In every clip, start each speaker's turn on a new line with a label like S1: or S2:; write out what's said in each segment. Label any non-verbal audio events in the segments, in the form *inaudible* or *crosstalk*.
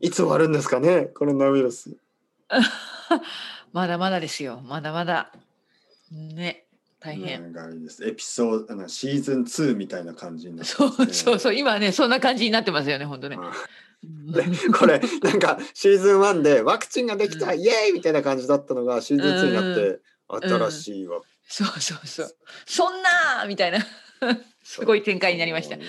S1: いつ終わるんですかね、コロナウイルス。
S2: *laughs* まだまだですよ。まだまだ。ね。大変。
S1: 長いです。エピソード、あのシーズン2みたいな感じになって
S2: そ
S1: ますね
S2: うそうそう。今ね、そんな感じになってますよね、本当ね。
S1: うん
S2: う
S1: で
S2: ん
S1: これなんかシーズン1でワクチンができた、イエーイみたいな感じだったのがシーズン2になって新しいわ、
S2: *laughs* そうそうそう。そんなー
S1: *laughs*
S2: みたいな。すごい展開になりました。
S1: は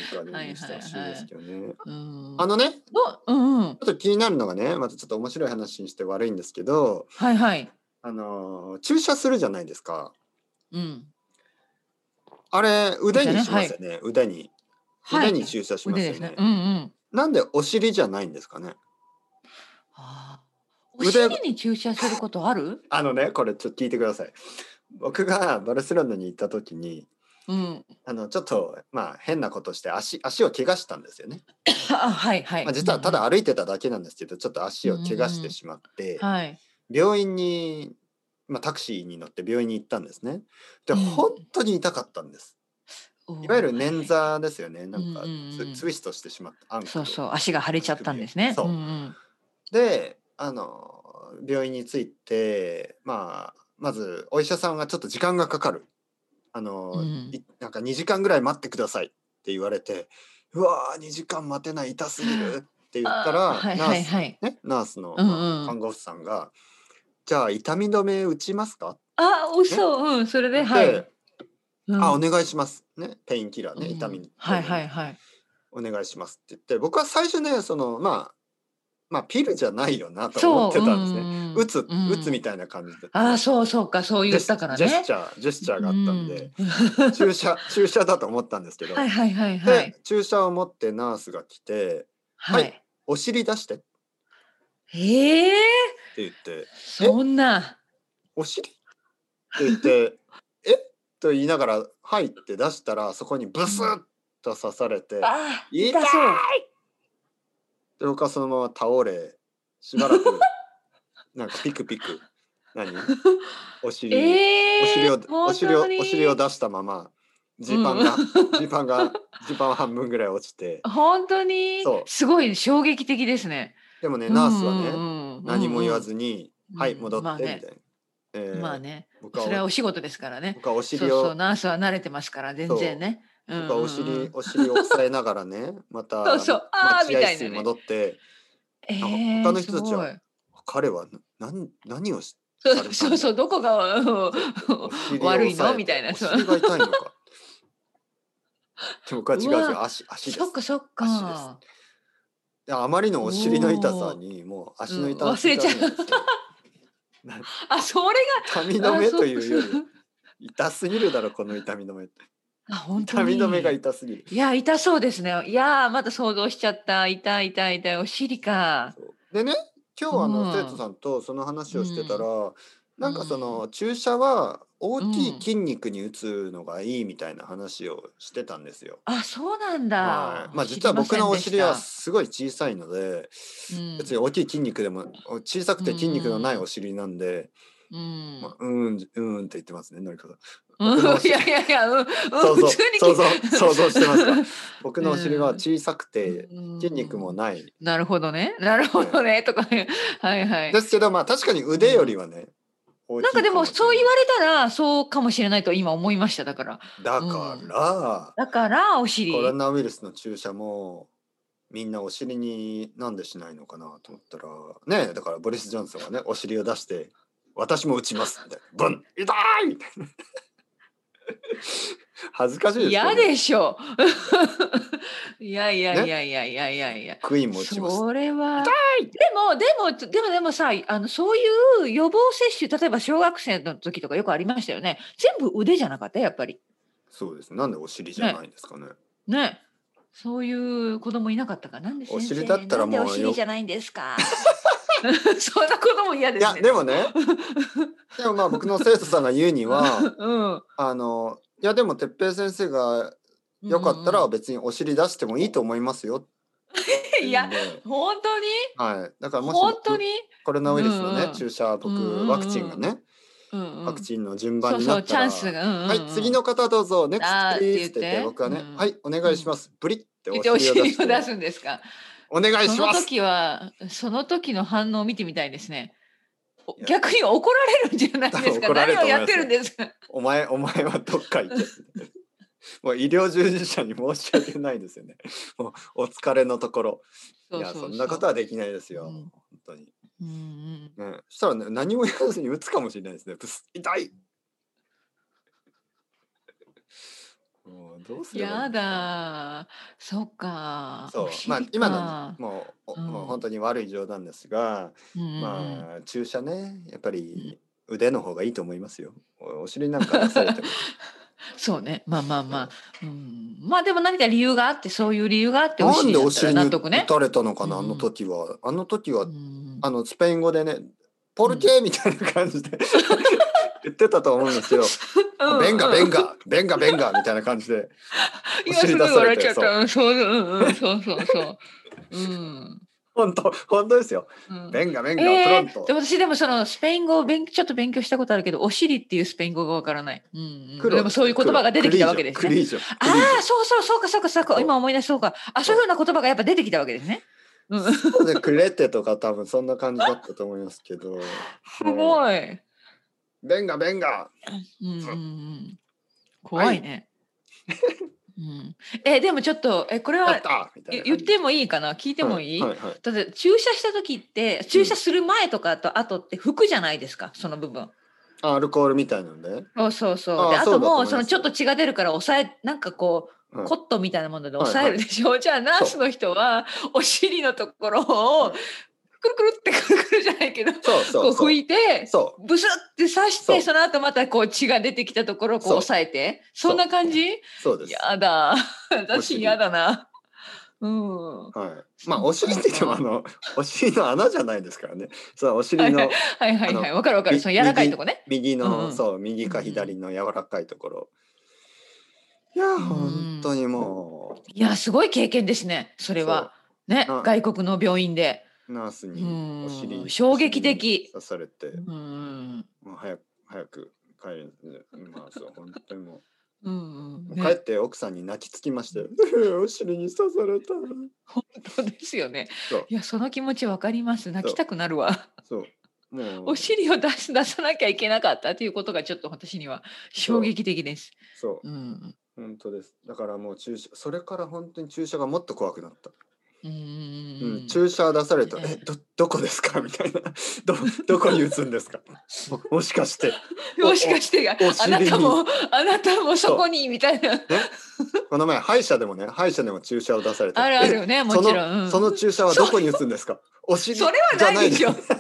S1: いですけどね
S2: うん。
S1: あのねち
S2: の、うんうん。
S1: ょっと気になるのがねまたちょっと面白い話にして悪いんですけど
S2: はいはい。
S1: あのー注射するじゃないですか
S2: うん。
S1: あれ腕に
S2: 注射ね
S1: しますよね腕に
S2: はい
S1: 腕に注射します
S2: 腕
S1: よ
S2: です
S1: ね
S2: ね。うんうん。
S1: なんでお尻じゃないんですかね
S2: あーお
S1: 腕
S2: 尻に注射することある？
S1: あのねこれちょっと聞いてください僕がバルセロナに行った時に
S2: うん。
S1: あのちょっとまあ変なことして足足を怪我したんですよね。
S2: あはいはい。
S1: まあ、実はた
S2: うん
S1: だ歩いてただけなんですけどちょっと足を怪我してしまって
S2: うん。はい。
S1: 病院に、まあ、タクシーに乗って病院に行ったんですね。で
S2: うん
S1: 本当に痛かったんです。いわゆる捻
S2: はい
S1: 挫ですよねなんか
S2: うんうんうん
S1: ツツイストしてしまったアンクル
S2: そうそう足が腫れちゃったんですね。
S1: そう
S2: うん
S1: であの病院に着いて、まあ、まずお医者さんがちょっと時間がかかるあの、
S2: うん
S1: いなんか2時間ぐらい待ってくださいって言われてうわー2時間待てない痛すぎるって言
S2: うん。
S1: ったら
S2: あーはい
S1: ナ
S2: は
S1: ー
S2: い
S1: ス,、
S2: はい。
S1: ね、ナースの
S2: うんうん
S1: まあ看護婦さんが「じゃあ痛み止め打ちますか?
S2: あ嘘うんそれ」ではい。
S1: で
S2: うん
S1: あお願いします」ねペインキラーね
S2: うん
S1: 痛み止め
S2: はいはいはい。
S1: お願いします」って言って僕は最初ねそのまあまあピルじゃないよなと思
S2: そ
S1: って
S2: う
S1: たんですね。
S2: ね
S1: 打つ、
S2: うん
S1: 打つみたいな感じで。
S2: ああそうそうかそう
S1: ジ
S2: 言
S1: ェ
S2: っ
S1: ス
S2: たから
S1: ジェ
S2: ね
S1: スチ。ャー、ジェスチャーがあったんで、
S2: うん *laughs*
S1: 注射、注射だと思ったんですけど、
S2: はいはいはいはい
S1: で、。注射を持ってナースが来て、
S2: は。
S1: はいお尻出してって
S2: ええ
S1: 言って、
S2: そんな。
S1: お尻って言
S2: *laughs*
S1: って、えと言いながら、はいって出したら、そこにブスッと刺されて、
S2: ああ
S1: 痛い
S2: 痛そう。
S1: で、僕はそのまま倒れ、しばら
S2: *laughs*
S1: く、なんかピクピク、何お尻、
S2: ええ
S1: お尻をお
S2: 本
S1: 尻を
S2: 当に
S1: お尻を出したままジーパンが *laughs* ジーパンがジーパン半分ぐらい落ちて
S2: 本当に
S1: そう
S2: すごい衝撃的ですね。
S1: でもねナースはね
S2: ね
S1: 何も言わずに「はい戻って」みたいな。えー
S2: まあね、
S1: 僕
S2: それは
S1: は
S2: お仕事ですからね。
S1: 僕はお
S2: そう
S1: 尻
S2: そう、
S1: を
S2: ナースは慣れてますから、全然ね。うん
S1: 僕はお
S2: うんう
S1: 尻
S2: ん
S1: お尻を押さえながら
S2: *laughs*
S1: ねまた
S2: そうそうあー
S1: 待
S2: みた
S1: 合
S2: いな
S1: 室
S2: ね
S1: に戻って
S2: ええ
S1: なんか他の人たちは
S2: す
S1: 彼は何何をし
S2: ごい
S1: されたんだ
S2: そうそうそう、どこがうん
S1: お尻を
S2: 悪
S1: 押
S2: い
S1: さえ
S2: の
S1: て
S2: みたいな。
S1: お
S2: そ
S1: 尻
S2: う
S1: が痛いのかで僕は違う違
S2: う
S1: う
S2: わ
S1: 足足です
S2: そっかそっか。
S1: であまりのお尻の痛さにもう足の痛さ
S2: うん忘れちゃう
S1: 痛いんですよな
S2: あ、それ
S1: 痛み
S2: が。
S1: 止めとい
S2: あ
S1: う
S2: そ
S1: よ
S2: う
S1: り痛すぎるだろこの痛み止めって
S2: あ、本当
S1: 痛
S2: に。
S1: み止めが痛すぎる
S2: いや、痛そうですね。いやー、また想像しちゃった。痛い痛い痛い。お尻か。
S1: そうでね今日あの、
S2: うん
S1: 生徒さんとその話をしてたら、なんかその、
S2: う
S1: 注射は大きい
S2: うん
S1: 筋肉に打つのがいいみたいな話をしてたんですよ。
S2: あ、そうなんだ。
S1: はい、まあ実は僕のお尻はすごい小さいので、
S2: うん
S1: 別に大きい筋肉でも小さくて筋肉のないお尻なんで、
S2: 知りませんでした。
S1: まあ、うーん、うーんって言ってますね、のりこさん。
S2: うん。
S1: 僕のお
S2: うん、い
S1: 尻
S2: やいやいや、うん、うん、
S1: そうそう
S2: 普通に
S1: 想像想像して
S2: *laughs*
S1: ますか僕のお
S2: うん
S1: 尻は小さくて、
S2: うん
S1: 筋肉もない。
S2: なるほどね。なるほどね。とかね。 *laughs* はいはい。
S1: ですけど、まあ確かに腕よりはね、大き
S2: なんかでも
S1: しれ
S2: そう
S1: ない
S2: 言われたらそうかもしれないと今思いましただから
S1: だか
S2: だからお
S1: ら、
S2: 尻
S1: コロナウイルスの注射も、みんなお尻になんでしないのかなと思ったら、ねえだからボリス・ジョンソンがね、お尻を出して、私も打ちますみたいな。ブン痛いみたいな。恥ずかしいですよね
S2: 嫌でしょ *laughs* いやいやいやいやいやいやいや
S1: クイーンも打ちます。
S2: それはで
S1: い
S2: もでもでもでもさあのそういう予防接種例えば小学生の時とかよくありましたよね全部腕じゃなかったやっぱり
S1: そうですね。なんでお尻じゃないんですかね。
S2: ねそういう子供いなかったかなんで先生
S1: お尻だったらもう
S2: なんでお
S1: よ
S2: 尻じゃないんですか
S1: *laughs*
S2: そんな子供嫌で
S1: い
S2: す
S1: や
S2: ね
S1: でもねでもまあ僕の生徒さんが言うに
S2: *laughs*
S1: は
S2: うん
S1: あのいやでも哲平先生がよかった
S2: うんうん
S1: ら別にお尻出してもいいと思いますよって
S2: い
S1: い
S2: や
S1: うんで、
S2: 本当に
S1: はい、だからもし
S2: 本当に、
S1: コロナウイルスのね、
S2: うんうん
S1: 注射僕、
S2: うんうんうん
S1: ワクチンがね
S2: うんうん
S1: ワクチンの順
S2: そ
S1: 番
S2: う
S1: に
S2: そ
S1: な
S2: う
S1: っ
S2: チ
S1: たら、
S2: ャンスが、うんうんうん、
S1: はい次の方どうぞネクスト
S2: あーっ
S1: プ
S2: て
S1: リー
S2: 言っ
S1: ズってて言って僕はね、
S2: うん
S1: はいお願いしますブリって
S2: *laughs* 言ってお
S1: お尻を出
S2: 尻
S1: して
S2: を出すんですか
S1: お願いし
S2: その
S1: ます
S2: 時は、その時の反応を見てみたいですね。お
S1: いや
S2: 逆に怒られるんじゃないです
S1: 多分怒
S2: か。
S1: られると思
S2: 何を
S1: い
S2: や
S1: ます
S2: って
S1: よ
S2: るんですか。
S1: お前お前はどっか
S2: *laughs*
S1: 行けもう医療従事者に申し訳ないですよねもうお疲れのところ
S2: う
S1: いやそんなことはできないですよ、
S2: うん
S1: 本当に
S2: うんうん
S1: ねそしたら、ね、何も言わずに打つかもしれないですねブス痛
S2: *laughs*
S1: いもうどうすればいいの
S2: やだー、そっか。
S1: そう
S2: お尻
S1: まあ今の
S2: か
S1: ねもう、お
S2: うん
S1: もう本当に悪い冗談ですが、
S2: うんうんうん
S1: まあ注射ねやっぱり腕の方がいいと思いますよおお尻なんか出されて
S2: *laughs*
S1: も
S2: そうね、まあまあまあ、うん、まあでも何か理由があって、そういう理由があって、お
S1: なん
S2: 尻
S1: で
S2: だ
S1: お
S2: ったら
S1: 尻に
S2: 納得
S1: 打
S2: ね。
S1: たれたのかな、
S2: うん
S1: あの時はあの時は、
S2: うん
S1: あのスペイン語でねポルケみたいな感じで *laughs* 言ってたと思うんですよ。
S2: うん
S1: ベンガベ
S2: うん
S1: ンガベンガベンガみたいな感じで。お
S2: *laughs* 今
S1: 尻出
S2: すごい
S1: され
S2: 笑っち
S1: て
S2: ゃった。うんそううんう
S1: *laughs*
S2: ん、そうそうそう。うん
S1: 本当本当ですよ。
S2: うん
S1: ベンガベンガ、
S2: え
S1: プロン
S2: ー、で
S1: ト。
S2: 私でもそのスペイン語を勉ちょっと勉強したことあるけどお尻っていうスペイン語がわからない、うんうん、
S1: 黒
S2: でもそういう言葉が出てきたわけです
S1: クリ
S2: ね
S1: ージョ。ク
S2: あ
S1: リージョクリージョ
S2: あそうそうそうかそうかそう
S1: そ
S2: か
S1: う
S2: 今思い出そうかあそういうふうな言葉がやっぱ出てきたわけですね、うん、す
S1: そうね、クレテとか多分そんな感じだったと思いますけど。い。
S2: ごい、うん
S1: ベンガベンガ。
S2: うんうん、怖いね、うん、えでもちょっとえこれ
S1: や
S2: は
S1: ったみたい
S2: ゆ
S1: な感じ。
S2: 言ってもいいかな聞いてもいい、
S1: はいはいはい
S2: だって注射した時って注射する前とかと後って服じゃないですかその部分
S1: あアルコールみたいなので。
S2: そうそうそう。
S1: あ
S2: で
S1: あ
S2: あ
S1: そうだ
S2: と
S1: と思い
S2: もう
S1: ます
S2: そのちょっと血が出るから抑えなんかこう、
S1: うん
S2: コットンみたいなもので
S1: はいはい
S2: 抑えるでしょ、じゃあナースの人はお尻のところを
S1: うん
S2: くるくるってくるくるじゃないけど
S1: そうそう
S2: こう
S1: そ
S2: 拭
S1: う。
S2: いて
S1: そう。
S2: ブスって刺し
S1: そう
S2: てその後またこう血が出てきたところをこう
S1: そう
S2: 抑えて
S1: そう
S2: そんな感じ
S1: そうです。
S2: やだ
S1: お尻
S2: 私やだな。うん、は
S1: はい。まあ、お尻って言っても、あの、お尻の穴じゃないですからね。そう、お尻の
S2: いはいは
S1: あ
S2: いわかるわかるその柔らかいとこね。
S1: 右の、
S2: うんうん
S1: そう、右か左の柔らかいところ。いや、
S2: ん
S1: 本当にも。
S2: いやすごい経験ですねそうれは
S1: そ
S2: ね
S1: な
S2: 外国の病院で。
S1: う。ナースに
S2: うん
S1: お尻。
S2: 衝撃的
S1: 刺されて、
S2: うん
S1: もう早く、早く帰る。うんまあ、そう、本当にも
S2: うん
S1: う。
S2: うん、
S1: もう帰っ
S2: ね、
S1: て奥さんに泣きつきま
S2: *laughs*
S1: したよ。 *laughs* お尻に刺された。
S2: 本当ですよね
S1: そう。
S2: いや、その気持ちわかります。泣きたくなるわ。
S1: そう。もう。
S2: お尻を出し、出さなきゃいけなかったということが、ちょっと私には衝撃的です。
S1: そうう。
S2: ん。
S1: 本当です。だからもう注射、それから本当に注射がもっと怖くなった。
S2: う
S1: うん、
S2: ん。
S1: 注射出されたら
S2: ね
S1: えどどこですかみたいなどどこに打つん
S2: *laughs*
S1: ですかももしかして、
S2: もしかして、
S1: お
S2: あなたも、あなたもそこにみたいな。
S1: ね、この前歯医者でもね歯医者でも注射を出されて
S2: あるあるよね、
S1: え
S2: も
S1: そ
S2: ち
S1: の
S2: ろん。うん
S1: その注射はどこに打つんですかお尻
S2: それはないでしょ。
S1: じゃ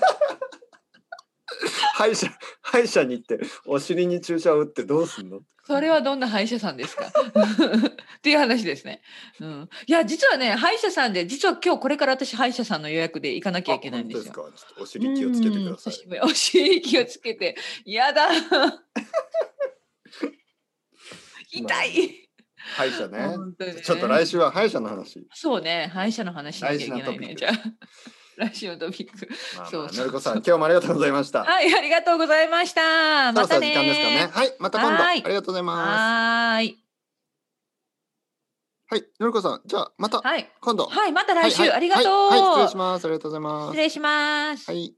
S1: 歯医者歯医者に行ってお尻に注射を打ってどうすんの
S2: それはどんな歯医者さんですかっていう話ですね。うん。いや、実はね、歯医者さんで、実は今日これから私歯医者さんの予約で行かなきゃいけないんですよ
S1: あ。本当ですかちょっとお尻気をつけてください
S2: うん。お尻気をつけて。
S1: *laughs*
S2: やだ。痛い。
S1: 歯医者ね
S2: 本当にね
S1: ちょっと来週は歯医者の話、
S2: そうね、歯医者の話しなきゃいけないね。
S1: 来週
S2: じゃ
S1: の
S2: あ、来週のトピック。
S1: まあ
S2: そ
S1: ま
S2: う
S1: あ、
S2: そ
S1: の
S2: う
S1: りこさん今日もありがとうございました
S2: はい、ありがとうございました。ま
S1: そろそ
S2: た
S1: ろ
S2: ね。
S1: 時間ですかね。はいまた今度
S2: は
S1: あり
S2: い
S1: がとうございます
S2: はーい。
S1: はいのりこさんじゃあまた
S2: はい。
S1: 今度
S2: はい、また来
S1: はい
S2: 週。
S1: はい
S2: ありがとう。
S1: はいはい失礼しますありがとうございます
S2: 失礼します。
S1: はい